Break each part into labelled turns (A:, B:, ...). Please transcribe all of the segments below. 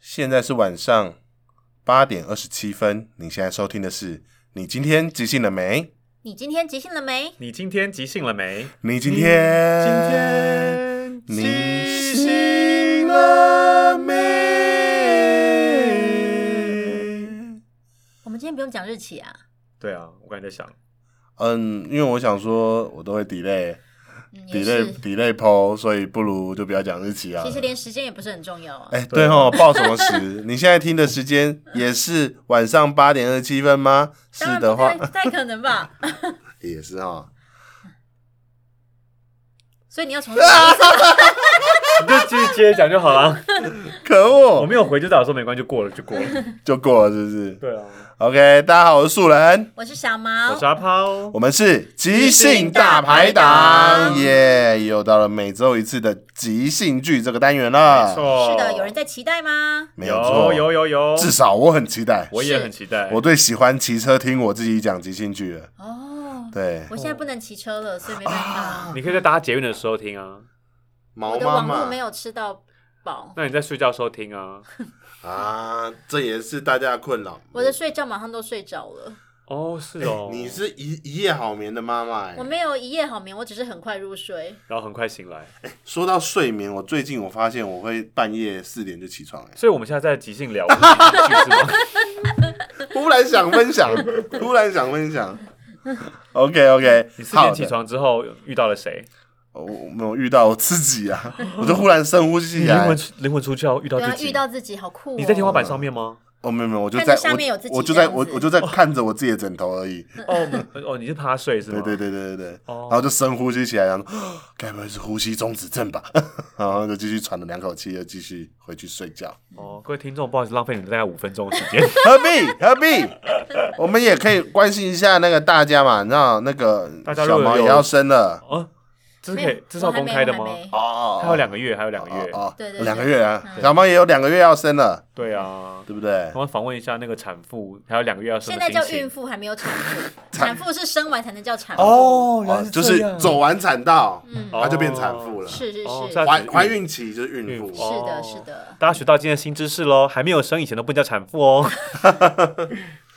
A: 现在是晚上八点二十七分，你现在收听的是《你今天即兴了没》？
B: 你今天即兴了没？
C: 你今天即兴了没？
A: 你今天
C: 今
A: 呃你
C: 天即兴
A: 醒了没？
B: 我们今天不用讲日期啊。
C: 对啊，我刚才在想，
A: 嗯，因为我想说，我都会 delay
B: 嗯，也是
A: delay。delay 抛，所以不如就不要讲日期啊
B: 其。实连时间也不是很重要啊。
A: 哎、对哦，报什么时？你现在听的时间也是晚上八点二十七分吗？是
B: 当然
A: 的
B: 不
A: 话
B: 太，太可能吧。
A: 也是哦。
B: 所以你要 重新讲一次。
C: 你就继续接着讲就好了。
A: 可
C: 我
A: 恶，
C: 没有回就早说没关系，就过了就过了。
A: 就过了是不是
C: 对啊，
A: ？OK，大家好，我是素人，
B: 我是小毛
C: 我，是阿抛
A: 我，们是即兴大排档，耶！又到了每周一次的即兴剧这个单元
C: 没
A: 了，
C: 错，
B: 是的，有人在期待吗？
A: 没有
C: 有
A: 错，
C: 有有有，
A: 至少我很期待，
C: 我也很期待。
A: 我最喜欢骑车听我自己讲即兴剧了，
B: 哦，
A: 对，
B: 我现在不能骑车了，所以没办法。
C: 你可以在搭捷运的时候听啊，
A: 毛
B: 我的网络没有吃到饱，
C: 那你在睡觉的时候听啊。
A: 啊，这也是大家的困扰。
B: 我的睡觉马上都睡着了。
C: 哦，是 哦，
A: 你，是一一夜好眠的妈妈哎
B: 我。没有一夜好眠，我只是很快入睡。
C: 然后很快醒来，
A: 说到睡眠，我最近我发现我会半夜四点就起床哎，
C: 所以我们现在在即兴聊我们的剧 是吗？
A: 突然想分享， 突然想分享。OK OK，
C: 你四
A: 好
C: 点
A: 的
C: 起床之后遇到了谁？
A: 我我没有遇到我自己啊，我就忽然深呼
C: 哦你
A: 吸
C: 灵
A: 来
C: 魂。出灵魂出窍遇到
B: 对
C: 自
B: 啊，
C: 己
B: 遇，到自己好酷哦。
C: 你在天花板上面吗？
A: 哦，没有没有，我就
B: 看
A: 在
B: 着下面有自
A: 我
B: 己
A: 我就
B: 这
A: 在
B: 样
A: 我
B: 子
A: 我就在看着我自己的枕头而已。
C: 哦哦，你是趴睡是吗？
A: 对对对对对对，
C: 哦
A: 然后就深呼吸起来，然后说该不会是呼吸中止症吧？ 然后就继续喘了两口气，又继续回去睡觉。
C: 哦，各位听众，不好意思，浪费你们大概五分钟 的时间。
A: 何必何必？我们也可以关心一下那个大家嘛，你知道那个
C: 大家如
A: 小
C: 果
A: 毛
C: 有
A: 也要生了
C: 哦，这是
B: 没
C: 可
B: 有
C: 以，这是要
B: 我还
C: 公
B: 没
C: 开的
B: 我
C: 吗
B: 还？没
A: 哦，
C: 还有两个月，还有两个月。
A: 哦，
B: 对对对
A: 两个月啊，
B: 嗯
A: 小毛也有两个月要生了，
C: 对啊，
A: 对不对
C: 我？们访问一下那个产妇，还有两个月要生
B: 现
C: 的
B: 在
C: 心
B: 叫孕
C: 情。
B: 妇，还没有产 妇。产妇是生完才能叫产妇。，
A: 哦，就是走完产道，
B: 嗯，
A: 她就变产妇了。
B: 是是
C: 哦
B: 是，
C: 在
B: 是
A: 怀怀孕期就是孕
C: 孕
A: 妇
C: 妇。
B: 的，
C: 哦
B: 是的。
C: 大家学到今天的新知识喽，还没有生以前都不能叫产妇 哦。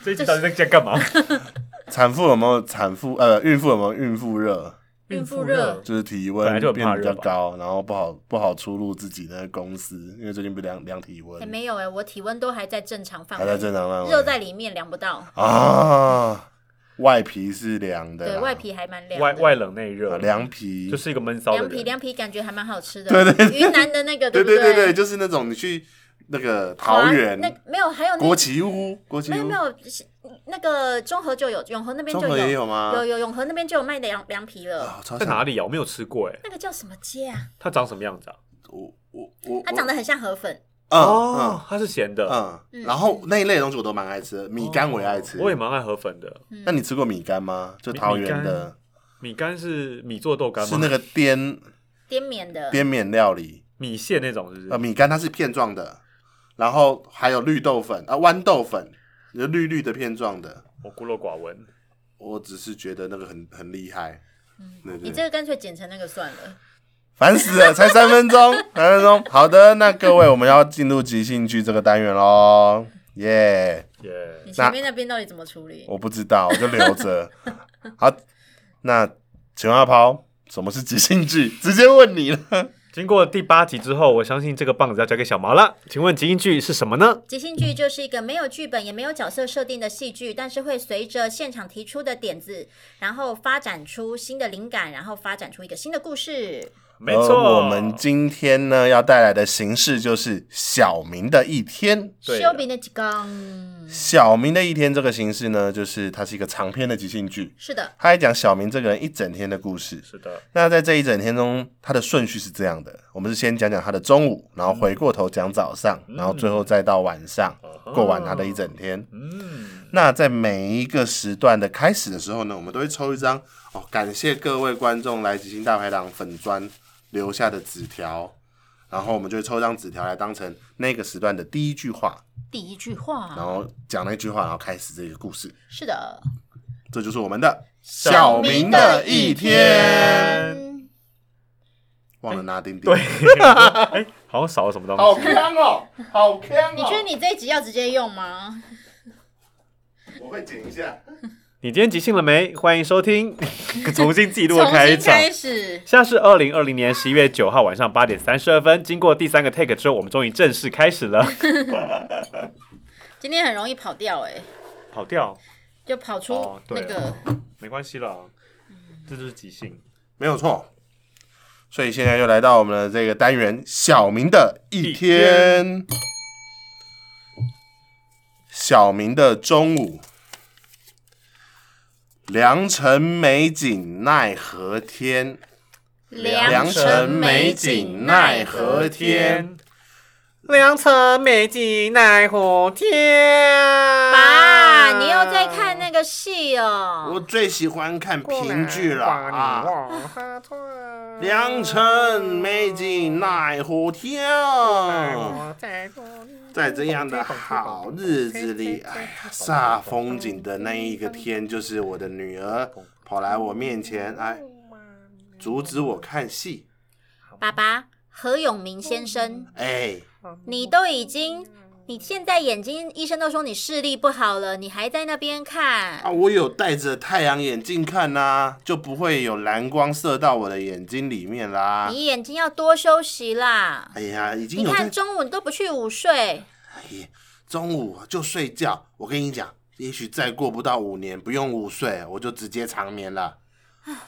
C: 这一集到底在在干嘛？
A: 产妇有没有产妇呃孕妇有没有孕妇热？
B: 孕妇热，
A: 就是体
C: 本
A: 温
C: 来就很
A: 变
C: 怕
A: 得比较
C: 热吧
A: 高，然后不好不好出入自己那个公司，因为最近不量量体温
B: 哎、，没有哎、我体温都还在正常范
A: 嗯还在
B: 围，
A: 正常范围。
B: 热在里面量不到，
A: 啊，外皮是凉的啦，
B: 对外皮还蛮凉的。
C: 外外冷内热
A: 啊，凉皮
C: 就是一个闷骚的
B: 凉皮
C: 人。
B: 凉皮感觉还蛮好吃的，
A: 对对
B: 云南的那个
A: 对
B: 不对
A: 对对，就是那种你去那个桃园
B: 那没有，还有那
A: 国
B: 个
A: 旗屋，国旗
B: 没有
A: 屋
B: 没，有是那个中和就有，永和那边
A: 中
B: 就
A: 和也
B: 有
A: 有吗？
B: 有有永和那边就有卖的凉凉皮了。
A: 啊，超
C: 在
A: 想
C: 哪里啊？我没有吃过哎，
B: 那个叫什么街啊？
C: 它长什么样子啊？
A: 我我我，
B: 它长得很像河粉，
A: 嗯
C: 哦，它是咸
A: 嗯
C: 的，
A: 嗯，然后那一类的东西我都蛮爱吃的，米干我也爱吃。
C: 哦我也蛮爱河粉的。
A: 那你吃过米干吗？就桃园的，
C: 米干是米做豆干吗？
A: 是那个滇
B: 滇缅的。
A: 滇缅料理，
C: 米线那种是不
A: 呃，
C: 是？
A: 米干它是片状的，然后还有绿豆粉啊，豌豆粉，就绿绿的片状的。
C: 我孤陋寡闻。
A: 我只是觉得那个很很厉害，对
B: 你
A: 对
B: 这个干脆剪成那个算了。
A: 烦死了，才三分钟，三分钟。好的，那各位，我们要进入即兴剧这个单元喽，耶、
C: 耶
B: 你前面那边到底怎么处理？
A: 我不知道，我就留着。好，那请问阿抛，什么是即兴剧？直接问你了。
C: 经过第八集之后，我相信这个棒子要交给小毛了。请问即兴剧是什么呢？
B: 即兴剧就是一个没有剧本也没有角色设定的戏剧，但是会随着现场提出的点子，然后发展出新的灵感，然后发展出一个新的故事。
C: 没
A: 而
C: 错，
A: 呃我们今天呢要带来的形式就是小明的一天。
C: 对
B: 修饼的几缸，
A: 小明的一天这个形式呢，就是它是一个长篇的即兴剧，
B: 是的，
A: 它还讲小明这个人一整天的故事。
C: 是的，
A: 那在这一整天中，它的顺序是这样的：我们是先讲讲他的中午，然后回过头讲早上，然后最后再到晚上，
C: 哦
A: 过完他的一整天。
C: 嗯，
A: 那在每一个时段的开始的时候呢，我们都会抽一张哦，感谢各位观众来即兴大排档粉砖留下的纸条，然后我们就会抽一张纸条来当成那个时段的第一句话，
B: 第一句
A: 然
B: 话，
A: 后讲那句话，然后开始这个故事。
B: 是的，
A: 这就是我们的
C: 小
B: 明
C: 的
B: 一
C: 天
B: 嗯
A: 忘了拿钉钉。
C: 对，哎，好好像少了什么东
A: 好
C: 西。
A: 坑哦，好坑哦！
B: 你觉得你这一集要直接用吗？
A: 我会剪一下。
C: 你今天即兴了没？欢迎 收听，重新记录
B: 重
C: 的开
B: 新
C: 场。
B: 开始，
C: 现在是二零二零年十一月九号晚上八点三十二分，经过第三个 take 之后，我们终于正式 开始了。
B: 今天很容易跑掉哎、
C: 跑掉
B: 就跑出
C: 哦对
B: 那个。
C: 没关系啦，这就是即兴。
A: 没有错。所以现在又来到我们的这个单元“小明的一天”，小明的中午，良辰美景奈何天，
C: 良辰
A: 美景奈何天，
C: 良辰美景奈何天
B: 爸，你又在看那个戏
A: 我
B: 哦？
A: 最喜欢看评剧了啊！
C: 啊！
A: 良辰美景奈何天，在这样的好日子里，哎呀，煞风景的那一个天，就是我的女儿跑来我面前，哎，阻止我看戏，
B: 爸爸，何永明先生，
A: 哎，
B: 你都已经，你现在眼睛医生都说你视力不好了，你还在那边
A: 啊，
B: 看？
A: 我有戴着太阳眼镜看呐、就不会有蓝光射到我的眼睛里面啦。
B: 你眼睛要多休息啦！
A: 哎呀，已经
B: 你
A: 有
B: 看
A: 在
B: 中午你都不去午睡，
A: 中午就睡觉，我跟你讲，也许再过不到五年，不用午睡，我就直接长眠了，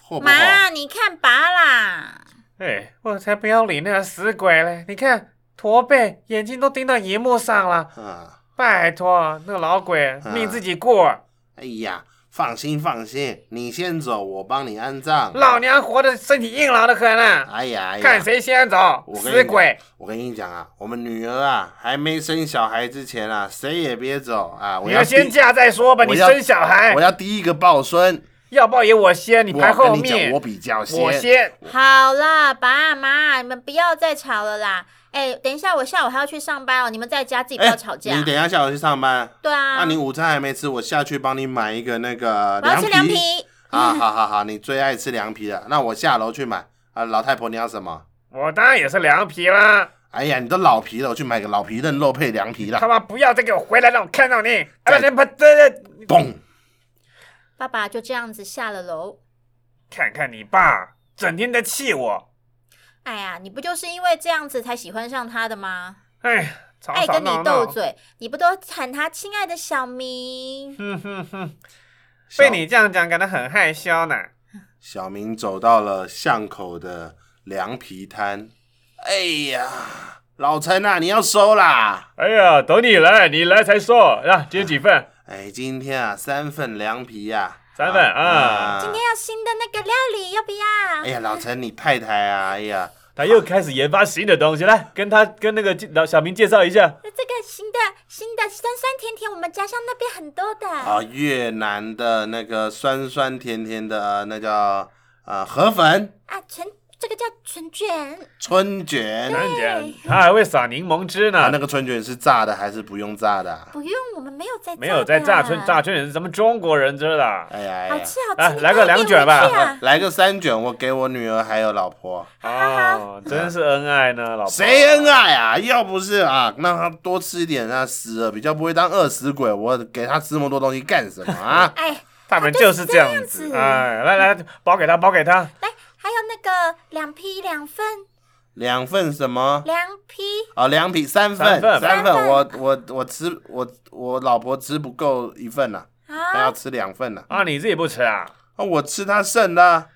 A: 会不会？
B: 啊妈，你看爸啦，
D: 哎，我才不要理那个死鬼嘞！你看，驼背，眼睛都盯到荧幕上了。
A: 嗯。
D: 拜托，那个老鬼
A: 啊，
D: 命自己过。
A: 哎呀，放心放心，你先走，我帮你安葬。啊
D: 老！娘活的身体硬朗的很啊！
A: 哎嗯呀哎呀，
D: 看谁先走
A: 我，跟你
D: 死鬼！
A: 我跟你讲啊，我们女儿啊，还没生小孩之前啊，谁也别走啊！我
D: 你要
A: 第
D: 先嫁再说吧，
A: 我
D: 你
A: 要
D: 生小孩
A: 我，要第一个抱孙。
D: 要抱也我先，你
A: 我
D: 排后
A: 跟你讲，
D: 面
A: 我，比较先。
D: 我先。
B: 好啦，爸妈，你们不要再吵了啦！哎、等一下，我下午还要去上班哦，你们在家自己不
A: 哎
B: 要吵架。
A: 你等一下下午去上班，
B: 对
A: 那、
B: 啊，
A: 你午餐还没吃，我下去帮你买一个那个
B: 我要吃凉皮。
A: 啊，好好好，你最爱吃凉皮了，那我下楼去买。啊，老太婆你要什么？
D: 我当然也是凉皮
C: 啊
D: 啦！
A: 哎呀，你都老皮了，我去买个老皮嫩肉配凉皮啦
D: 他。妈不要再给我回来让我看到你！
A: 再
D: 哎，不这这，
A: 嘣！
B: 爸爸就这样子下了楼。
D: 看看你爸，整天在气我。
B: 哎呀，你不就是因为这样子才喜欢上他的吗？
D: 哎，吵
B: 爱
D: 吵
B: 跟你
D: 闹
B: 斗
D: 闹。
B: 嘴，你不都喊他亲爱的小明？
D: 嗯哼哼哼，被你这样讲感到很害羞呢。
A: 小明走到了巷口的凉皮摊。哎呀，老陈啊，你要收啦！
C: 哎呀，等你来，你来才说。呀、今天几份？
A: 哎，今天啊，三份凉皮呀、啊，
C: 三份啊
B: 今天要新的那个料理，要不
A: 哎
B: 要？
A: 呀，老陈，你太太啊，哎呀，
C: 他又开始研发新的东西，来跟他跟那个介老小明介绍一下。
B: 那这个新的新的酸酸甜甜，我们家乡那边很多的。
A: 啊，越南的那个酸酸甜甜的，呃那叫啊河粉、
B: 啊，纯这个叫纯卷，
A: 春卷。
C: 很简单，他还会撒哎柠檬汁
A: 啊，
C: 呢。
A: 那个春卷是炸的还是不用炸的啊、
B: 不用，我们没有在
C: 没有在炸
B: 的
C: 春炸春卷是咱们中国人吃的。
A: 哎呀哎
B: 好
A: 呀，
B: 吃好吃，
C: 来
B: 你
C: 来
B: 快
C: 个
B: 点
C: 两卷吧
B: 回去啊？
A: 来个三卷，我给我女儿还有老婆。
C: 哦，真是恩爱呢，老婆。
A: 谁恩？爱啊？要不是啊，让他多吃一点，让他死了比较不会当饿死鬼。我给他吃那么多东西干什么啊
B: 哎，
D: 他们就是这样子。
C: 啊
D: 哎，来来，包给他，包给他。
B: 来，还有那个两批两份，
A: 两份什么？
B: 两批
A: 啊，两匹三份，
C: 三份
A: 三
B: 三
A: 份。
B: 份
A: 我我我吃我我老婆吃不够一份了、她
C: 哎
B: 啊
A: 要，吃两份了、啊。
C: 啊，你自己不吃啊？
A: 我吃她剩的啊、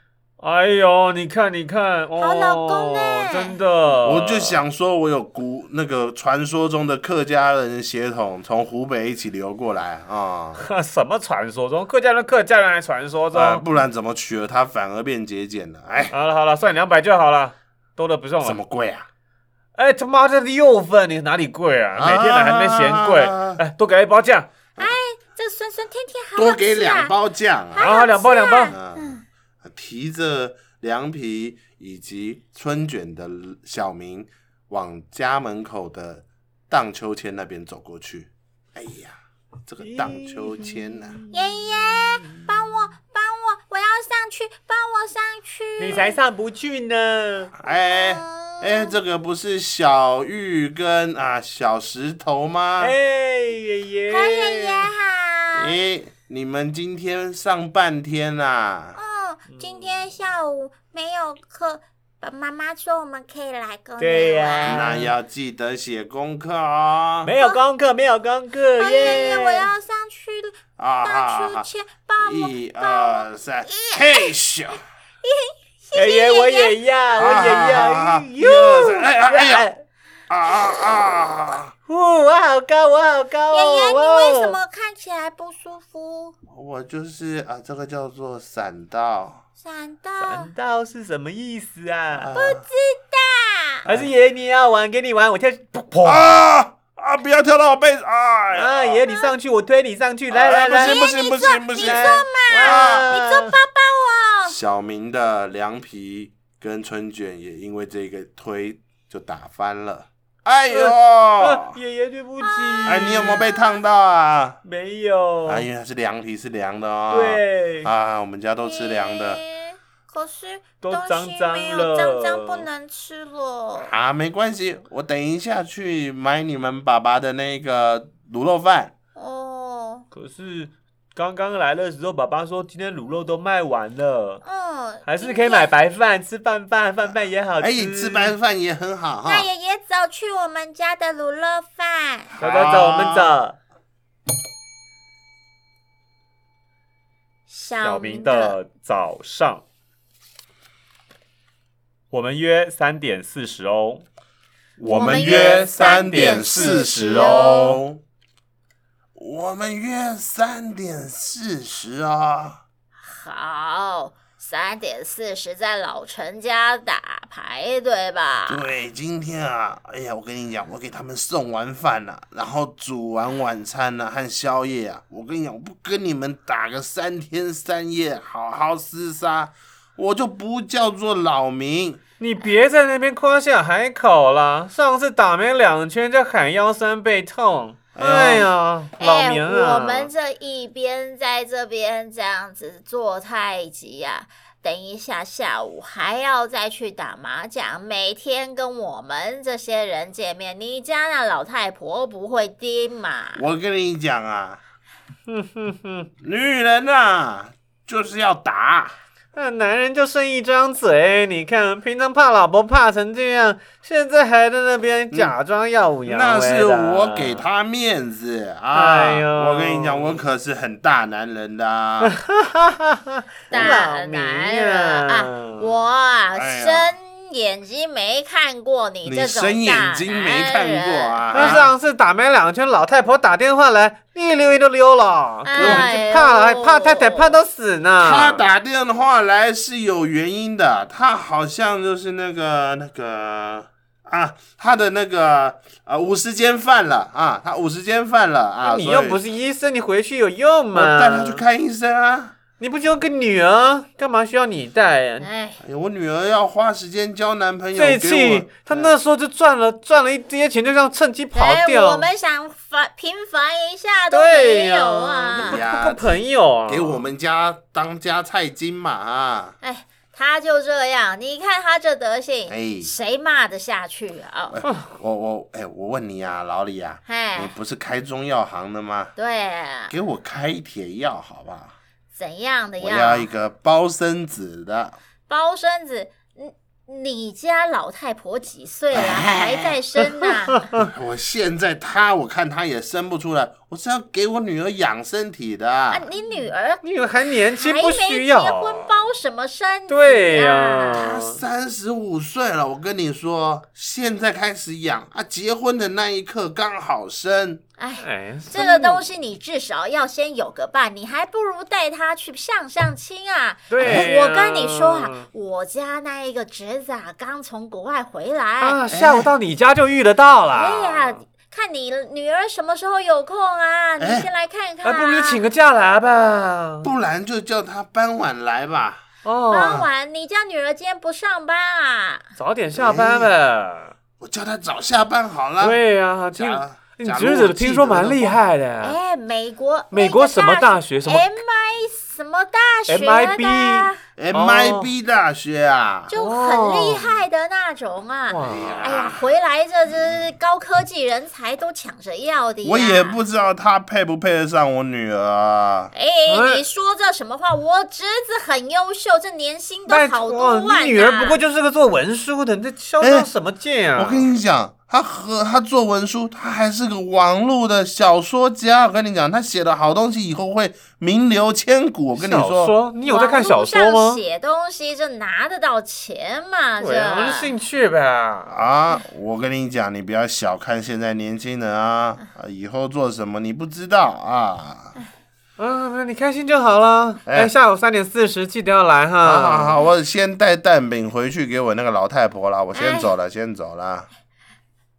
C: 哎呦，你看，你看，哦，
B: 好老公哎呢
C: 真的，
A: 我就想说，我有古那个传说中的客家人血统，从湖北一起流过来 啊。
C: 什么传说中客家人，客家人还传说中。
A: 啊，不然怎么娶了她反而变节俭了？哎，
C: 好了好了，算两百就好了，多的不用
A: 这
C: 了
A: 么。贵啊？
C: 哎，他妈这六份，你哪里贵啊？
A: 啊
C: 每天来还没嫌贵，哎，多给他一包酱，
B: 这个酸酸甜甜好好吃啊
A: 多给两包酱啊！
C: 好好两包两包。
A: 嗯，提着凉皮以及春卷的小明往家门口的荡秋千那边走过去。哎呀，这个荡秋千啊呐、
B: 爷爷，帮我，帮我，我要上去，帮我上去。
C: 上不去呢。
A: 哎
B: 嗯
A: 哎、这个不是小玉跟啊小石头吗？
C: 哎，
A: 哎、
C: 爷爷，
B: 何啊爷爷好。
A: 哎你们今天上半天啊啦、
B: 哦，今天下午没有课，爸妈妈说我们可以来跟
C: 对
B: 你
C: 呀
B: 玩。
A: 那要记得写功课哦。
C: 没有功课，没有功课
B: 何啊哎爷
C: 耶！
B: 爷，我要上去
A: 啊，好
B: 荡
A: 好
B: 秋
A: 好，
B: 千，帮我
A: 一
B: 帮我。
A: 二三，嘿咻！
C: 爷爷，我也要，我也
A: 啊
C: 要！
A: 一二三哎呀哎呀
C: 哎
A: 啊啊啊！
C: 呜，我好高，我好高
B: 爷
C: 哦！
B: 爷，你
C: 哇哦
B: 为什么看起来不舒服？
A: 我就是啊，这个叫做闪到。
B: 闪到
C: 反倒是什么意思啊
A: 啊？
B: 大，
C: 还是爷爷你也要玩，给你玩，我跳，砰砰！
A: 啊啊！不要跳到我背上！哎呀
C: 啊，爷爷你上去，我推你上去，来
A: 啊
C: 来啊来，
A: 不行不啊行不行不行！
C: 哇
B: 你做哦抱抱我。
A: 小明的凉皮跟春卷也因为这个推就打翻了。哎呦！
C: 啊爷爷对不起。
A: 哎，你有没有被烫到啊？
C: 没有。
A: 啊，因为它是凉皮，是凉的哦。。
C: 对，
A: 啊，我们家都吃凉的
B: 嗯。可是
C: 都
B: 东西
C: 脏脏
B: 没有
C: 了
B: 脏脏不能吃了。
A: 啊，没关系，我等一下去买你们爸爸的那个卤肉饭。
B: 哦，
C: 可是刚刚来的时候，爸爸说今天卤肉都卖完
A: 啊
C: 了，
B: 嗯，
C: 还是可以买白饭吃饭饭，饭饭也好吃。
A: 哎，吃白饭也很好哈
B: 那。爷爷走去我们家的卤肉饭。
C: 走走走，我们走。
B: 小
C: 明的早上，我们约三点四十哦。
A: 我
B: 们约3:40哦。
A: 我们约三点四十哦。
B: 好，三点四十在老陈家打排队吧。
A: 对，今天啊，哎呀，我跟你讲，我给他们送完饭了、然后煮完晚餐了、和宵夜啊，我跟你讲，我不跟你们打个三天三夜，好好厮杀，我就不叫做扰民。
D: 你别在那边夸下海口啦！上次打没两圈就喊腰酸背痛，
A: 哎
D: 哎
A: 呀
D: 呀，老
B: 哎
D: 娘啊！
B: 我们这一边在这边这样子做太极呀、等一下下午还要再去打麻将，每天跟我们这些人见面，你家那老太婆不会盯嘛？
A: 我跟你讲 啊，女人啊，就是要打。
D: 那男人就剩一张嘴，你看，平常怕老婆怕成这样，现在还在那边假装耀武扬
A: 那
D: 威
A: 是
D: 的
A: 我给。他面子啊！
D: 哎呦
A: 我跟你讲，我可是很大男人的、 啊。
B: 大男人啊，我啊
A: 哎呀
B: 生眼睛没看过你
A: 你
B: 这种大
A: 生眼睛没看过啊？
D: 那上次打没两圈，老太婆打电话来，一溜一溜溜了，
B: 哎
D: 给
B: 呦哎
D: 我们去怕了，还怕太太怕到死呢。
A: 他打电话来是有原因的，他好像就是那个那个啊，他的那个啊五十间犯了啊，他五十间犯了啊，
D: 你又不
A: 所以
D: 是医生，你回去有用
A: 我
D: 吗？
A: 带他去看医生啊。
D: 你不就有个女儿，干嘛需要你带呀？
B: 哎，
A: 哎呀，我女儿要花时间交男朋友，
D: 最
A: 给
D: 气
A: 我，
D: 她那时候就赚了赚了一些钱，就让趁机跑
B: 哎，
D: 掉。
B: 我们想反平凡一下都
D: 对
B: 没
D: 呀
B: 有啊
A: 哎。呀
D: 不够朋友啊！
A: 给我们家当家菜金嘛啊。
B: 哎，他就这样，你看他这德性，
A: 哎
B: 谁骂得下去啊？哦
A: 我我哎、我问你啊，老李啊，你
B: 哎，
A: 不是开中药行的吗？
B: 对啊，
A: 给我开铁药好不好？
B: 怎样的
A: 我要
B: 哎呀？
A: 一个包身子的。
B: 包身子，你你家老太婆几岁了， 还在生呐、
A: 我现在她，我看她也生不出来，我是要给我女儿养身体的。
B: 啊，你女 儿
D: 你以为还年
B: 还
D: 轻，不
B: 没
D: 需
B: 结
D: 要。啊
B: 婚，包什么身子、啊？
D: 对呀、
A: 她三十五岁了，我跟你说，现在开始养啊，结婚的那一刻刚好生。
B: 哎。
D: 哎，
B: 这个东西你至少要先有个伴，你还不如带他去相相亲啊！
D: 对
B: 我
D: 呀
B: 跟你说啊，我家那一个侄子啊，刚从国外回来，
D: 啊，下午到你家就遇得到啦。
B: 哎呀，看你女儿什么时候有空啊？你
A: 哎
B: 先来看看、
D: 啊，
B: 啊。
D: 不如你请个假来吧。
A: 不然就叫她傍晚来吧。
B: 傍
D: 哦，
B: 晚，你家女儿今天不上班啊？
D: 早点下班呗。
A: 我叫她早下班好了。
D: 对呀，听
A: 哎假，
D: 你
A: 假如
D: 侄
A: 我
D: 子
A: 记
D: 听说
A: 得的
D: 蛮厉
A: 话
D: 害的。
B: 哎，美国，
D: 啊美国什么大学什么
B: MI 什什么大学的啊
C: MIB
D: 哦
A: MIB 哎大学啊，
B: 就很厉害的那种啊。
A: 哎呀
B: 哎呀，回来这只高科技人才都抢着要的呀。
A: 我也不知道他配不配得上我女儿啊。
B: 哎，你说这什么话？我侄子很优秀，这年薪都
D: 拜
B: 好
D: 托，
B: 多
D: 哦你
B: 万、啊。
D: 女儿不过就是个做文书的，你这嚣张什么劲啊！
A: 哎我跟你讲，他和他做文书，他还是个网络的小说家。我跟你讲，他写的好东西以后会名留千古。我跟你
C: 小
A: 说，
C: 说，你有在看小说
B: 网络上
C: 吗？
B: 写东西这拿得到钱嘛？
D: 对啊，
B: 这
D: 是兴趣呗。
A: 啊，我跟你讲，你不要小看现在年轻人啊，啊以后做什么你不知道啊。
D: 嗯，你开心就好了。
A: 哎
D: 哎，下午三点四十记得要来
B: 嗯
A: 好好
D: 哈。
A: 好，我先带蛋饼回去给我那个老太婆啦，我先
B: 哎
A: 走了，先走
B: 啊
A: 了。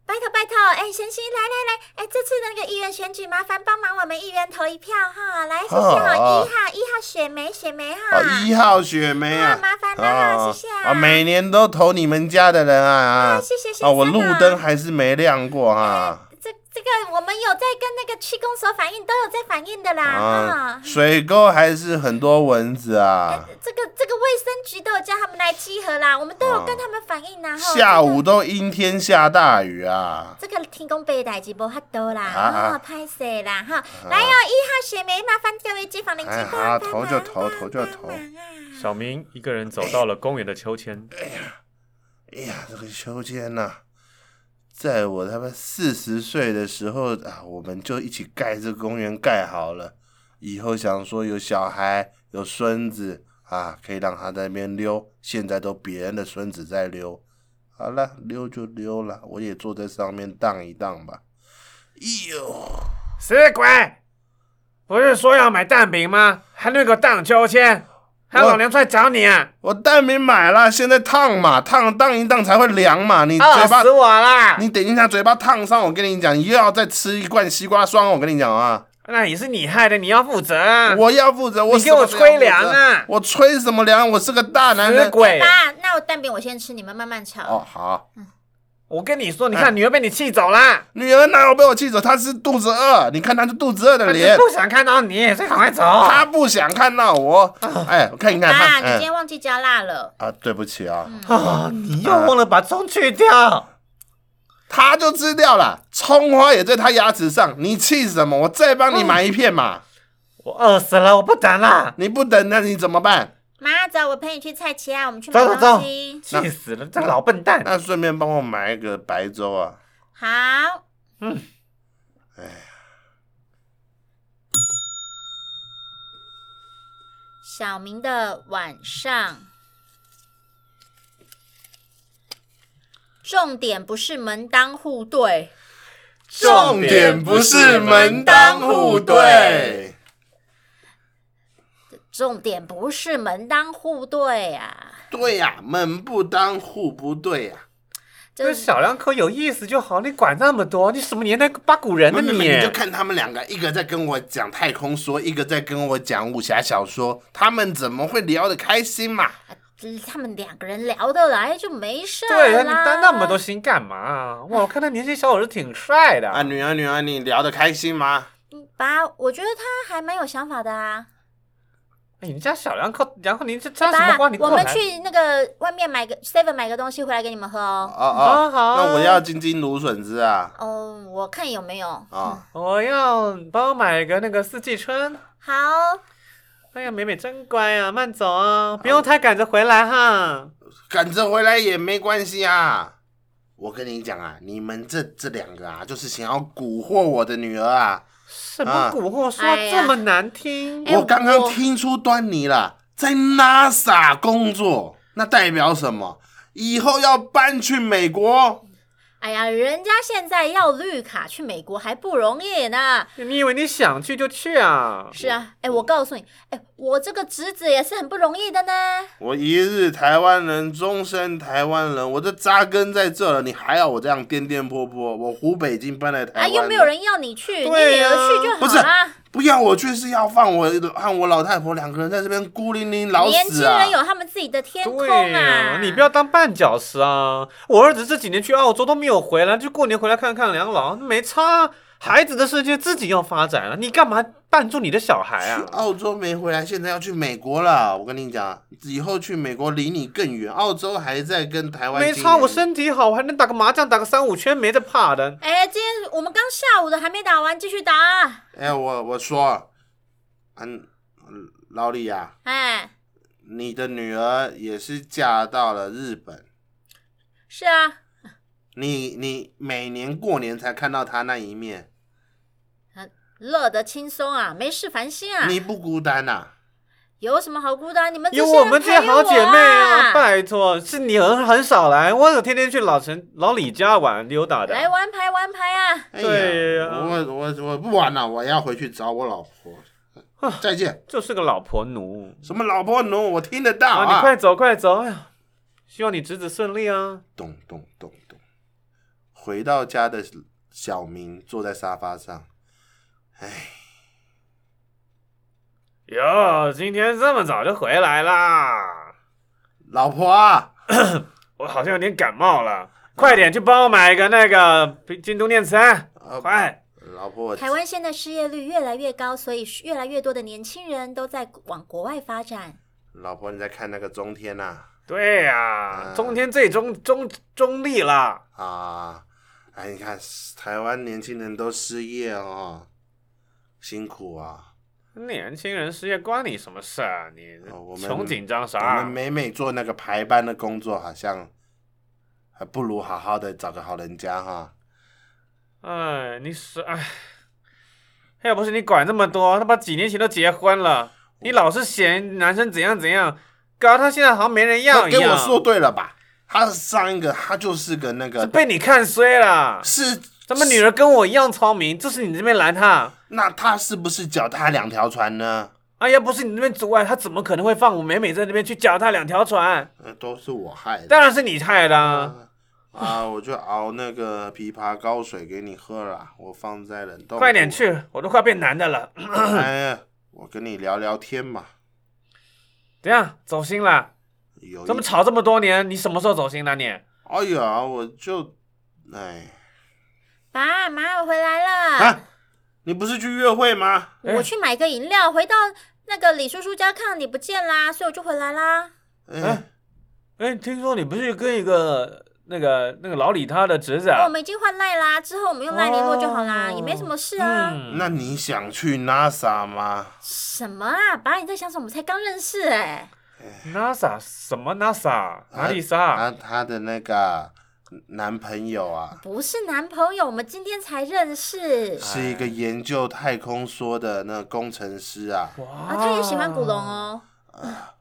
B: 拜托拜托，哎，贤熙，来来来，哎，这次那个议员选举，麻烦帮忙我们议员投一票哈，来，谢谢哈，一
A: 哦
B: 号一号雪梅雪梅哈
A: 哦，，一号雪梅啊
B: 啊，麻烦了
A: 啊
B: 哈，谢谢
A: 啊，每年都投你们家的人啊
B: 啊，谢谢先
A: 啊，
B: 生
A: 我路
B: 啊
A: 灯还是没亮过啊。
B: 这这个我们有在跟那个区公所反映，都有在反映的啦
A: 啊
B: 哈，。
A: 水沟还是很多蚊子啊，
B: 这个这个卫生局都有叫他们来集合啦，我们都有跟他们反映啦。哈
A: 啊下午都阴天下大雨啊。
B: 这个天公伯的代志无法度啦，
A: 啊啊
B: 啊，拍摄啦哈，来哦，一号雪梅，麻烦各位街坊邻居
A: 哎
B: 帮
A: 好
B: 忙帮
A: 投
B: 忙
A: 就投
B: 帮忙
A: 投就投
B: 帮忙啊
C: 小明一个人走到了公园的秋千，
A: 哎呀，这个秋千呐、在我他妈四十岁的时候啊，我们就一起盖这个公园盖好了。以后想说有小孩有孙子啊，可以让他在那边溜。现在都别人的孙子在溜，好了，溜就溜了，我也坐在上面荡一荡吧。哎哟，
D: 死鬼！不是说要买蛋饼吗？还那个荡秋千，还有
A: 我
D: 老娘出来找你啊！
A: 我蛋饼买了，现在烫嘛，烫烫一烫才会凉嘛。你
D: 饿
A: 嘴巴，
D: 哦死我啦！
A: 你等一下嘴巴烫伤，我跟你讲，又要再吃一罐西瓜霜。我跟你讲啊，
D: 那也是你害的，你要负责 啊！
A: 我要负责，我
D: 你
A: 什么
D: 给
A: 都要
D: 我
A: 负责
D: 吹凉啊
A: 我吹什么凉？我是个大男
D: 死
A: 人。
D: 鬼！
B: 爸，啊那我蛋饼我先吃，你们慢慢
A: 哦，
B: 炒。
A: 好，
D: 我跟你说，你看女儿被你气走啦，
A: 女儿哪有被我气走？她是肚子饿，你看她是肚子饿的
D: 她
A: 脸
D: 就，不想看到你，所以赶快走。
A: 她不想看到我。哎，我看一看
B: 爸，
A: 她，
B: 啊你今
A: 哎
B: 天嗯忘记加辣了。
A: 啊，对不起啊，
D: 啊，你又忘了把葱去掉。
A: 她就吃掉了，葱花也在她牙齿上，你气什么？我再帮你买一片嘛，
D: 我饿死了，我不等了，
A: 你不等那你怎么办？
B: 妈，走，我陪你去菜奇啊，我们去买
D: 走走
B: 东西。
D: 气死了，这老笨蛋！
A: 那顺便帮我买一个白粥啊！
B: 好，
D: 嗯
A: 哎，
B: 小明的晚上，重点不是门当户对，
A: 重
C: 点不是门当户对，
B: 重点不是门当户对啊，
A: 对呀、门不当户不对呀、
B: 就
D: 就是小两口有意思就好，你管那么多？你什么年代八股人呢
A: 没没
D: 哎你？
A: 没你就看他们两个，一个在跟我讲太空说，一个在跟我讲武侠小说，他们怎么会聊得开心嘛？
B: 他们两个人聊得来就没事
D: 对呀，
B: 儿
D: 你
B: 啦。
D: 担那么多心干嘛啊？哇，我看他年轻小伙子挺帅的
A: 啊，女儿女儿，你聊得开心吗？
B: 嗯爸，我觉得他还蛮有想法的啊。
D: 哎你们家小两口，然后你这插什么
B: 爸，
D: 花？你
B: 我
D: 过来
B: 们去那个外面买个 seven 买个东西回来给你们喝
A: 哦
B: 哦。
A: 哦，
D: 好啊
A: 那我要金金芦笋汁啊！
B: 嗯，我看有没有。
A: 啊、
D: 我要帮我买个那个四季春。
B: 好，
D: 哎呀，美美真乖啊，慢走啊，不用太赶着回来哈。
A: 赶着回来也没关系啊。我跟你讲啊，你们这这两个啊，就是想要蛊惑我的女儿啊。
D: 什么蛊惑说
B: 哎呀
D: 这么难听？
B: 哎
A: 我刚刚
B: 我
A: 听出端倪了，在 NASA 工作，那代表什么？以后要搬去美国？
B: 哎呀，人家现在要绿卡去美国还不容易呢。
D: 你以为你想去就去啊？
B: 是啊，哎，我告诉你，哎，我这个侄子也是很不容易的呢。
A: 我一日台湾人，终身台湾人，我这扎根在这了，你还要我这样颠颠簸簸？我湖北已经搬来台
B: 啊，
A: 湾了，
B: 又没有人要你去，你
D: 对啊
B: 女
D: 呀
B: 儿去就
A: 不
B: 好
A: 是
B: 啦。
A: 不要我去，是要放我和我老太婆两个人在这边孤零零老
B: 年轻
A: 死啊
B: 人！有他们自己的天空
D: 对呀、
B: 啊，
D: 你不要当绊脚石啊！我儿子这几年去澳洲都没有回来，就过年回来看看两老，没差啊。孩子的世界自己要发展啊了，你干嘛绊住你的小孩
A: 去
D: 啊？
A: 澳洲没回来，现在要去美国了。我跟你讲，以后去美国离你更远，澳洲还在跟台湾。
D: 没差，我。身体好，我还能打个麻将，打个三五圈，没得怕的。
B: 哎，今天我们刚下午的还没打完，继续打。
A: 哎、我我说，嗯，老李呀、
B: 哎，
A: 你的女儿也是嫁到了日本，
B: 是啊，
A: 你你每年过年才看到她那一面，
B: 乐得轻松啊，没事烦心啊。
A: 你不孤单呐、
B: 有什么好孤单？你们
D: 有
B: 些
D: 我
B: 人
D: 们这
B: 陪
D: 些好姐妹
B: 啊，
D: 拜托，是你很很少来，我有天天去老陈老李家玩溜达的。
B: 来玩牌玩牌啊！
A: 哎呀，
D: 对呀
A: 我我我不玩了，我要回去找我老婆。
D: 啊
A: 再见。
D: 就是个老婆奴
A: 什么老婆奴，我听得到
D: 啊！
A: 啊。
D: 你快走，快走！哎呀，希望你侄子顺利啊！
A: 咚咚咚咚。回到家的小明坐在沙发上，
D: 哟，今天这么早就回来啦？
A: 老婆啊，
D: 啊我好像有点感冒了，快点去帮我买一个那个京东电餐，
A: 呃
D: 快！
A: 老婆，我
B: 台湾现在失业率越来越高，所以越来越多的年轻人都在往国外发展。
A: 老婆你在看那个中天啊呐
D: 对呀、
A: 嗯
D: 中天最中中中立啦，
A: 啊哎，你看台湾年轻人都失业哦，辛苦啊！
D: 年轻人失业关你什么事啊？你
A: 哦我们
D: 穷紧张
A: 我
D: 啥
A: 们？每每做那个排班的工作，好像还不如好好的找个好人家哈。
D: 哎，你是哎，要不是你管那么多，他妈几年前都结婚了，你老是嫌男生怎样怎样，搞他现在好像没人要
A: 那
D: 一
A: 跟
D: 样。
A: 我说对了吧？他上一个他就是个那个
D: 是被你看衰了。
A: 是
D: 咱们女人跟我一样聪明，就是你这边拦她。
A: 那他是不是脚踏两条船呢？
D: 哎呀，不是你那边阻碍，他怎么可能会放我美美在那边去脚踏两条船？
A: 呃，都是我害的
D: 当然是你害的啊。
A: 啊啊！我就熬那个枇杷膏水给你喝了，我放在冷冻。
D: 快点！去，我都快变男的了。
A: 哎呀，我跟你聊聊天嘛。
D: 怎样，走心了？
A: 有一
D: 咱们？吵这么多年，你什么时候走心了你？
A: 哎呀，我就哎
B: 爸妈，我回来了，
A: 啊！你不是去约会吗？
B: 我
D: 哎
B: 去买个饮料，回到那个李叔叔家看到你不见啦，所以我就回来啦。
A: 哎，
D: 哎，听说你不是跟一个那个那个老李他的侄子
B: 哦
D: 啊
B: 我？们已经换赖啦，之后我们用赖联络就好啦，
D: 哦
B: 也没什么事啊。
D: 嗯
A: 那你想去 NASA 吗？
B: 什么啊，爸，你在想什么？我们才刚认识哎、
D: NASA 什么 NASA 哪里
A: 啊，
D: 啥？
A: 她的那个男朋友啊，
B: 不是男朋友，我们今天才认识。
D: 哎啊
A: 是一个研究太空梭的那个工程师啊，
D: 哇
B: 啊，他也喜欢古龙。哦。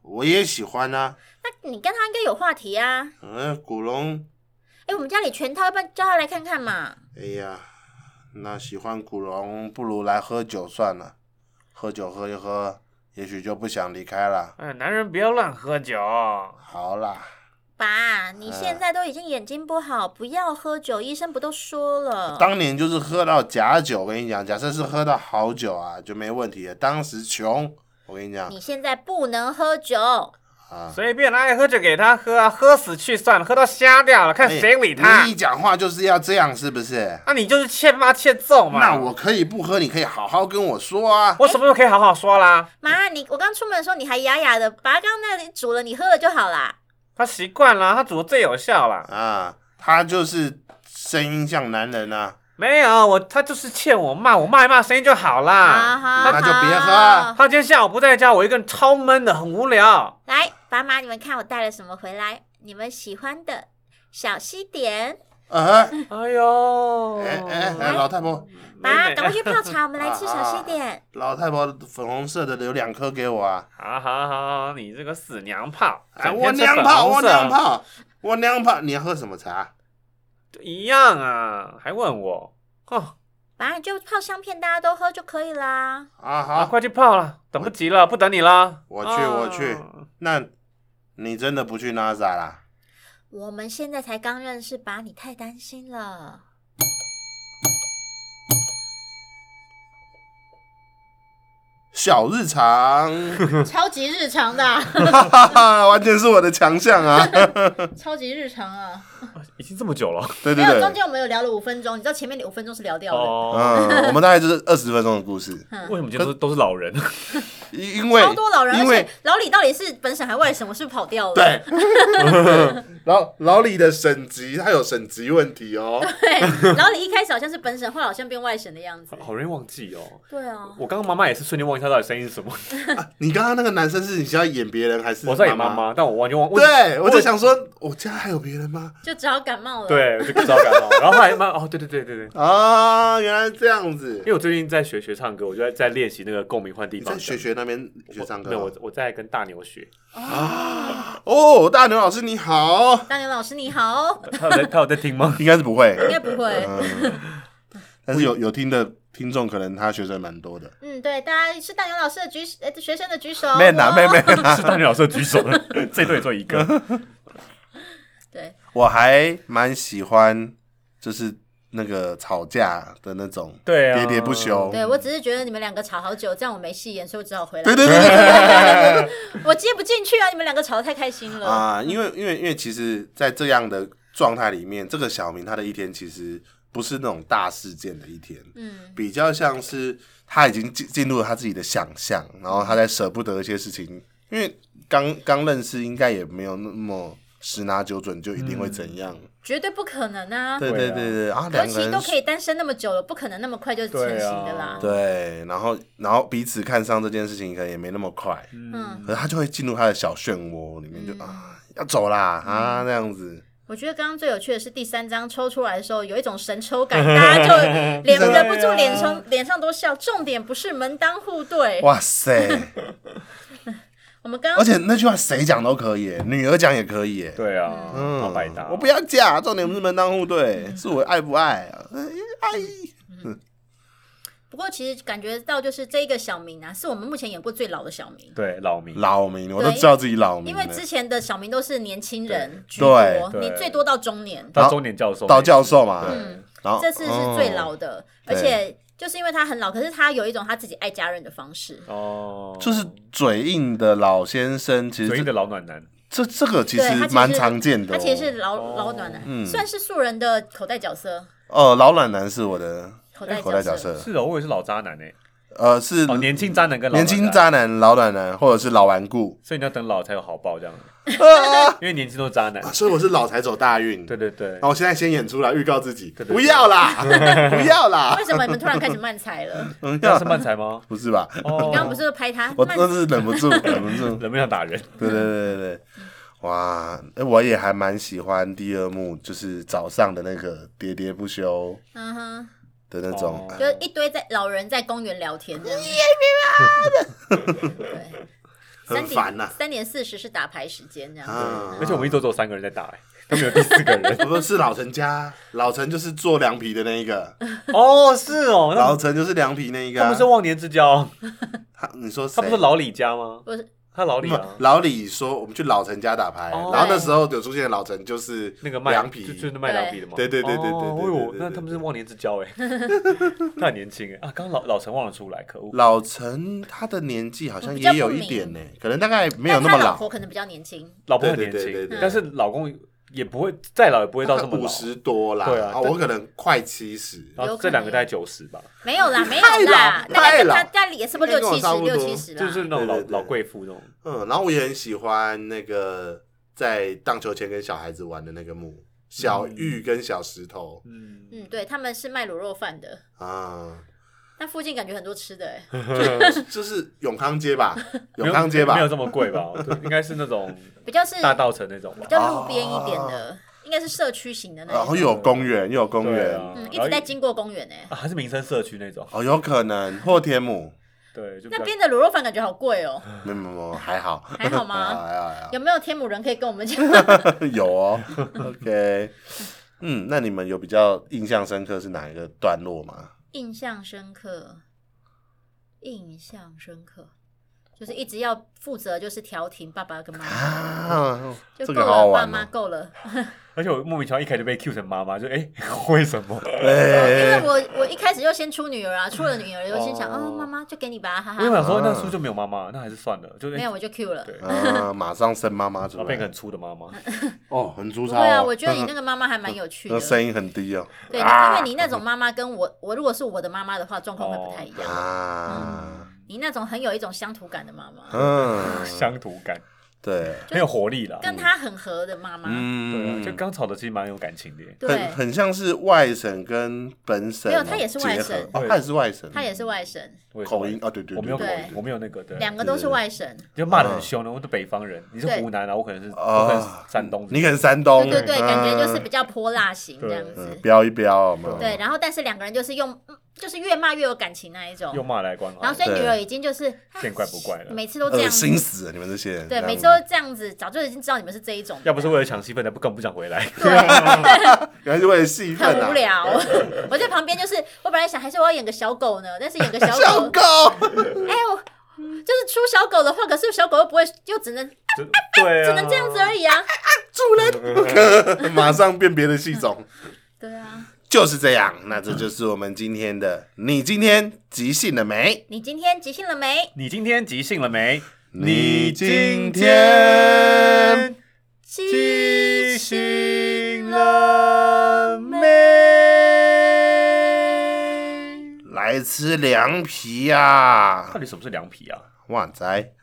A: 我也喜欢啊。
B: 那你跟他应该有话题啊。
A: 嗯，古龙，
B: 哎，我们家里全套，要不然叫他来看看嘛。
A: 哎呀，那喜欢古龙，不如来喝酒算了。喝酒喝一喝，也许就不想离开了。
D: 哎，男人不要乱喝酒。
A: 好啦，
B: 爸，你
A: 嗯
B: 现在都已经眼睛不好，不要喝酒，医生不都说了？
A: 当年就是喝到假酒，我跟你讲，假设是喝到好酒啊，就没问题了。当时穷，我跟你讲
B: 你现在不能喝酒，
A: 啊，
D: 随便啦，爱喝就给他喝啊，喝死去算了，喝到瞎掉了，看
A: 哎
D: 谁理他。
A: 你一讲话就是要这样，是不是？
D: 那你就是欠骂欠揍嘛。
A: 那我可以不喝，你可以好好跟我说啊。
D: 我什么时候可以好好说啦？
B: 妈，你我刚出门的时候你还哑哑的，爸刚刚那里煮了，你喝了就好啦。
D: 他习惯了，他煮的最有效了。
A: 啊，他就是声音像男人啊，
D: 没有我，他就是欠我骂，我骂一骂声音就好啦。
B: 好
A: 啊那就别喝
B: 啊
A: 啊
B: 好
D: 他今天下午不在家，我一个人超闷的，很无 聊。
B: 来，爸妈，你们看我带了什么回来？你们喜欢的小西点。
A: 啊，
D: 哎 呦，
A: 哎哎哎，老太婆，
B: 爸，
D: 妹妹
B: 赶快去泡茶，我们来吃 小
A: 啊
B: 西点。
A: 老太婆，粉红色的留两颗给我啊！
D: 好好好，你这个死娘炮！
A: 哎，
D: 整
A: 我
D: 天吃
A: 娘炮，
D: 粉红
A: 我
D: 色
A: 娘，炮，我娘炮！你要喝什么茶？
D: 一样啊，还问我，哼，
B: 爸，你就泡香片，大家都喝就可以啦。
A: 啊，
D: 啊，
A: 好，
D: 快去泡了，等不及了，不等你了。
A: 我去
D: 啊
A: 我去那你真的不去 NASA 啦？
B: 我们现在才刚认识，爸，你太担心了。
A: 小日 常，
B: 超级日常的啊、
A: 哈哈哈，完全是我的强项啊！
B: 超级日常啊！
C: 已经这么久了，
A: 对
B: 没
A: 对
B: 有，
A: 对，
B: 中间我们有聊了五分钟，你知道前面那五分钟是聊掉的，
C: 哦，嗯
A: 嗯，我们大概就是二十分钟的故事，
C: 啊为什么今天都是都是老人？
A: 因因为
B: 超多老人，而
A: 因
B: 且
A: 为
B: 老李到底是本省还外省？我是不是跑掉了？
A: 对， 老老李的省级，他有省级问题哦。
B: 对，老李一开始好像是本省，后来好像变外省的样子。
C: 好容易忘记哦。
B: 对啊，
C: 我刚刚妈妈也是瞬间忘记她到底声音是什么，
A: 你刚刚那个男生是你是要演别人还是
C: 我在演妈
A: 妈？
C: 妈，但我完全忘。我
A: 对，我就想说，我家还有别人吗？
B: 就只好感冒了。，
C: 对，我就不知道干嘛。然后后来妈哦，对对对对对，
A: 啊，原来这样子
C: 因。为我最近在学学唱歌，我就在在练习那个共鸣换地
A: 你
C: 方
A: 在
C: 的。
A: 学学那边学
C: 我
A: 唱歌
C: 没有，
A: 哦
C: 我我在跟大牛学，
A: 哦，大牛老师你好，
B: 大牛老师你 好，
C: 他有在他有在听吗？
A: 应该是不会，
B: 应该不会。
A: 嗯，但是有有听的听众，可能他学生蛮多的。
B: 嗯，对，大家是大牛老师的举呃学生的举手。
A: 妹呐，
B: 哇
A: 妹妹呐，
C: 是大牛老师的举手，这队只有 一个。
B: 对，
A: 我还蛮喜欢，就是那个吵架的那种，
C: 对啊，
A: 喋喋不休。
B: 对我只是觉得你们两个吵好久，这样我没戏演，所以我只好回来。
A: 对对对对对
B: 我接不进去啊！你们两个吵得太开心了。
A: 啊、因为因为因为其实，在这样的状态里面，这个小明他的一天其实不是那种大事件的一天，
B: 嗯，
A: 比较像是他已经进进入了他自己的想象，然后他在舍不得一些事情，因为刚刚认识，应该也没有那么十拿九准就一定会怎样。
B: 绝对不可能啊！
A: 对对对对，啊，
B: 尤
A: 两个
B: 其
A: 人
B: 都嗯可以单身那么久了，不可能那么快就
A: 啊
B: 成型的啦。
C: 对
A: 对，然后然后彼此看上这件事情，可能也没那么快，
B: 嗯，
A: 可是他就会进入他的小漩涡里面就，啊要走啦
B: 嗯
A: 啊那样子。
B: 我觉得刚刚最有趣的是第三章抽出来的时候，有一种神抽 感，大家就脸
A: 对啊
B: 忍不住脸上脸上都笑。重点不是门当户对，
A: 哇塞！
B: 我们刚
A: 而
B: 刚
A: 且那句话谁讲都可以耶，女儿讲也可以耶。
C: 对啊，好百搭。
A: 嗯我不要嫁，重点不是门当户
B: 嗯
A: 对，是我爱不爱啊？哎爱。
B: 不过其实感觉到就是这个小明啊，是我们目前演过最老的小明，
C: 对老明，
A: 老民，我都知道自己老民
B: 因
A: 了
B: 为之前的小明都是年轻人居
A: 嗯对
B: 多，
C: 对
B: 你最多到中年，
C: 到中年教授，
A: 到教授嘛，
B: 嗯，
A: 然后
B: 这次是最老
A: 哦
B: 的，而
A: 对
B: 且就是因为他很老，可是他有一种他自己爱家人的方式。
C: 哦，
A: 就是嘴硬的老先生，其
C: 嘴
A: 实
C: 硬的
A: 这
C: 老暖男，
A: 这这个其实
B: 对他其实
A: 蛮常见的
B: 他
A: 哦。
B: 其实是老、
C: 哦
B: 老暖男，
A: 嗯
B: 算是素人的口袋角色，
A: 哦，老暖男是我的
B: 口袋
A: 口袋
B: 角
A: 角
B: 色。
A: 色，
C: 是哦，我以为是老渣男诶，
A: 呃，是
C: 哦，年轻渣男跟老
A: 年
C: 暖
A: 轻
C: 男，
A: 渣男、老暖男或者是老顽固，
C: 所以你要等老才有好报 这样，因为年轻都是渣男。
B: 啊
A: 所以我是老才走大运。
C: 对对对
A: 然，后我现在先演出来预告自己，
C: 对对对
A: 不要啦，不要啦
B: 为，什么你们突然开始慢 踩了？
A: 不
C: 那是漫才吗？
A: 不是吧？
C: 哦，
B: 刚刚不是拍他
A: 哦我
B: 慢
A: 真的是忍不 住，忍不住。
C: 人不想打人，
A: 对对对对对，哇！哎我也还蛮喜欢第二幕，就是早上的那个喋喋不休
B: 嗯哼，
A: 的那种。
C: 哦
B: 就是一堆在老人在公园聊天这样。对，三
A: 很烦
B: 点
A: 呐
B: 三点四十是打牌时间这样子。
A: 啊
C: 而且我们一周只有三个人 在打，欸都没有第四个人。
A: 不是老啊陈家，老陈就是做凉皮的那一个，
C: 哦，是哦，
A: 老
C: 那
A: 陈就是凉皮那一个
C: 他
A: 啊。
C: 不是忘年之交，
A: 他你说
C: 他
A: 谁
C: 不是老李家吗？
B: 不是
C: 他老李
A: 不
C: 啊，
A: 老李说我们去老陈家打牌，
C: 哦
A: 然后那时候有出现老陈就是
C: 那个卖
A: 凉
C: 就
A: 皮，
C: 就是卖凉皮的嘛。
A: 对对对对对对
C: 哦
A: 对
C: 哎呦
A: 对对
C: 那
A: 对
C: 他们是忘年之 交哎，他很年轻哎啊！刚刚老老陈忘了出来，可恶。
A: 老陈他的年纪好像
B: 比较
A: 也有
B: 不
A: 一
B: 明
A: 点呢，可能大概没有
B: 但
A: 那么
B: 他老
A: 老
B: 婆，可能比较年轻，
C: 老婆很
A: 对
C: 年
A: 对对对
C: 轻
A: 对，
C: 但是老公也不会再老也不会到这么老。
A: 五十多啦。
C: 对啊但啊
A: 我可能快七十。
C: 然后
B: 有可
C: 这两个
B: 能
C: 大概九十吧，
B: 没有啦，没有
A: 太老
B: 啦，大概
A: 太
B: 跟
A: 老
B: 他家里也是不是
A: 应该跟
B: 六
A: 我
B: 七
A: 差
B: 十
A: 不多
B: 六七十啦，
C: 就是那种老
A: 对对对
C: 老贵妇那种。
A: 嗯，然后我也很喜欢那个在荡秋千跟小孩子玩的那个木小玉跟小石头
C: 嗯，
B: 嗯，对，他们是卖卤肉饭的，
A: 啊，
B: 那附近感觉很多吃的哎、
A: 就是永康街 吧，
C: 没
A: 永
C: 有
A: 康街吧
C: 没有，这么贵吧？ 对应该是那种
B: 比较是
C: 大
B: 比
C: 道城那种吧。
B: 较路边一点
A: 哦
B: 的，应该是社区型的那
A: 然后
B: 一
A: 又
B: 种。
A: 有公园，又有公
C: 对
A: 园，
C: 啊
B: 嗯，一直在经过公园哎、
C: 啊，还是民生社区那种。
A: 哦，有可能或天母，
C: 对，就比较
B: 那边的卤肉饭感觉好贵哦、
A: 没有没有没有，还好，
B: 还 好吗？
A: 还好还好
B: 有没有天母人可以跟我们讲？
A: 还好， 有哦，OK，嗯，那你们有比较印象深刻是哪一个段落吗？
B: 印象深刻，印象深刻，就是一直要负责就是调停爸爸跟妈妈，
A: 啊，
B: 就
A: 这
B: 够
A: 个好好
B: 了，爸
A: 玩
B: 妈
A: 哦，
B: 够了，
C: 而且我莫名其妙一开始被 Q 成妈妈，就哎、 为什么？
B: 因为
A: 哎，
B: 我我一开始就先出女儿 啊，出了女儿就心想，
C: 哦
B: 嗯，妈妈就给你吧，哈
C: 我原
B: 哈。
C: 本想说那书就没有妈妈，那还是算了，就
B: 没有，我就 Q 了。
C: 对，然
A: 啊，马上生妈妈出
C: 后变个
A: 来
C: 很，粗的妈妈，
A: 哦，很粗
B: 不
A: 糙
B: 会
A: 哦。
B: 啊，我觉 得
A: 那
B: 你那个妈妈还蛮有趣
A: 那
B: 的。
A: 声音很低哦。
B: 对，因
A: 啊
B: 为你那种妈妈跟我，我如果是我的妈妈的话，状况会不太一
A: 哦
B: 样。
A: 啊，
B: 你那种很有一种乡土感的妈妈，
A: 嗯，
C: 乡土感，
A: 对，
B: 就
C: 很有活力啦。
B: 跟她很合的妈妈，
C: 对啊
A: 嗯，，
C: 就刚吵的其实蛮有感情的耶。
A: 很
B: 对，
A: 很像是外省跟本省
B: 没有他也是外
A: 结
B: 省
A: 合哦
C: 对
A: 他也是外省，
B: 她也是外省，
C: 我也是
A: 口音，哦，对对，
C: 我没有口
A: 对
C: 音
B: 对，
C: 我没有那个，对，
B: 两个都是外省，
C: 就骂的很凶的，我是北方人，你是湖南啊，我可能是，我可能
A: 哦
C: 是，山东，
A: 你可能山东，
B: 对对对，
A: 嗯
B: 感觉就是比较泼辣型这样
A: 嗯，
B: 子。
A: 飙一飙，有
B: 对，然后但是两个人就是用，嗯就是越骂越有感情那一种
C: 又。骂来关
B: 然
C: 好
B: 后，所以
A: 对
B: 女儿已经就是啊
C: 见怪不怪了。
B: 每次都这
A: 恶
B: 样子
A: 心死了啊你们这些人，
B: 对，
A: 这样
B: 每次都这样子，早就已经知道你们是这一种的。
C: 要不是为了抢戏份，才不更不想回来。
B: 啊
A: 原来是为了戏份
B: 很
A: 啊
B: 无，聊， 我在旁边就是，我本来想还是我要演个小狗呢，但是演个小
A: 小
B: 狗，
A: 狗，
B: 哎呦，就是出小狗的话，可是小狗又不会，又只能只
C: 就 对啊，
B: 能这样子而已啊。
A: 马上变别的戏种，
B: 对啊，
A: 就是这样。那
C: 嗯
A: 这就是我们今天的，你今天即兴了没？
B: 你今天即兴了没？
C: 你今天即兴了没？
A: 你今天
C: 即兴了没？
A: 来吃凉皮啊
C: 到！底什么是凉皮啊？
A: 哇塞，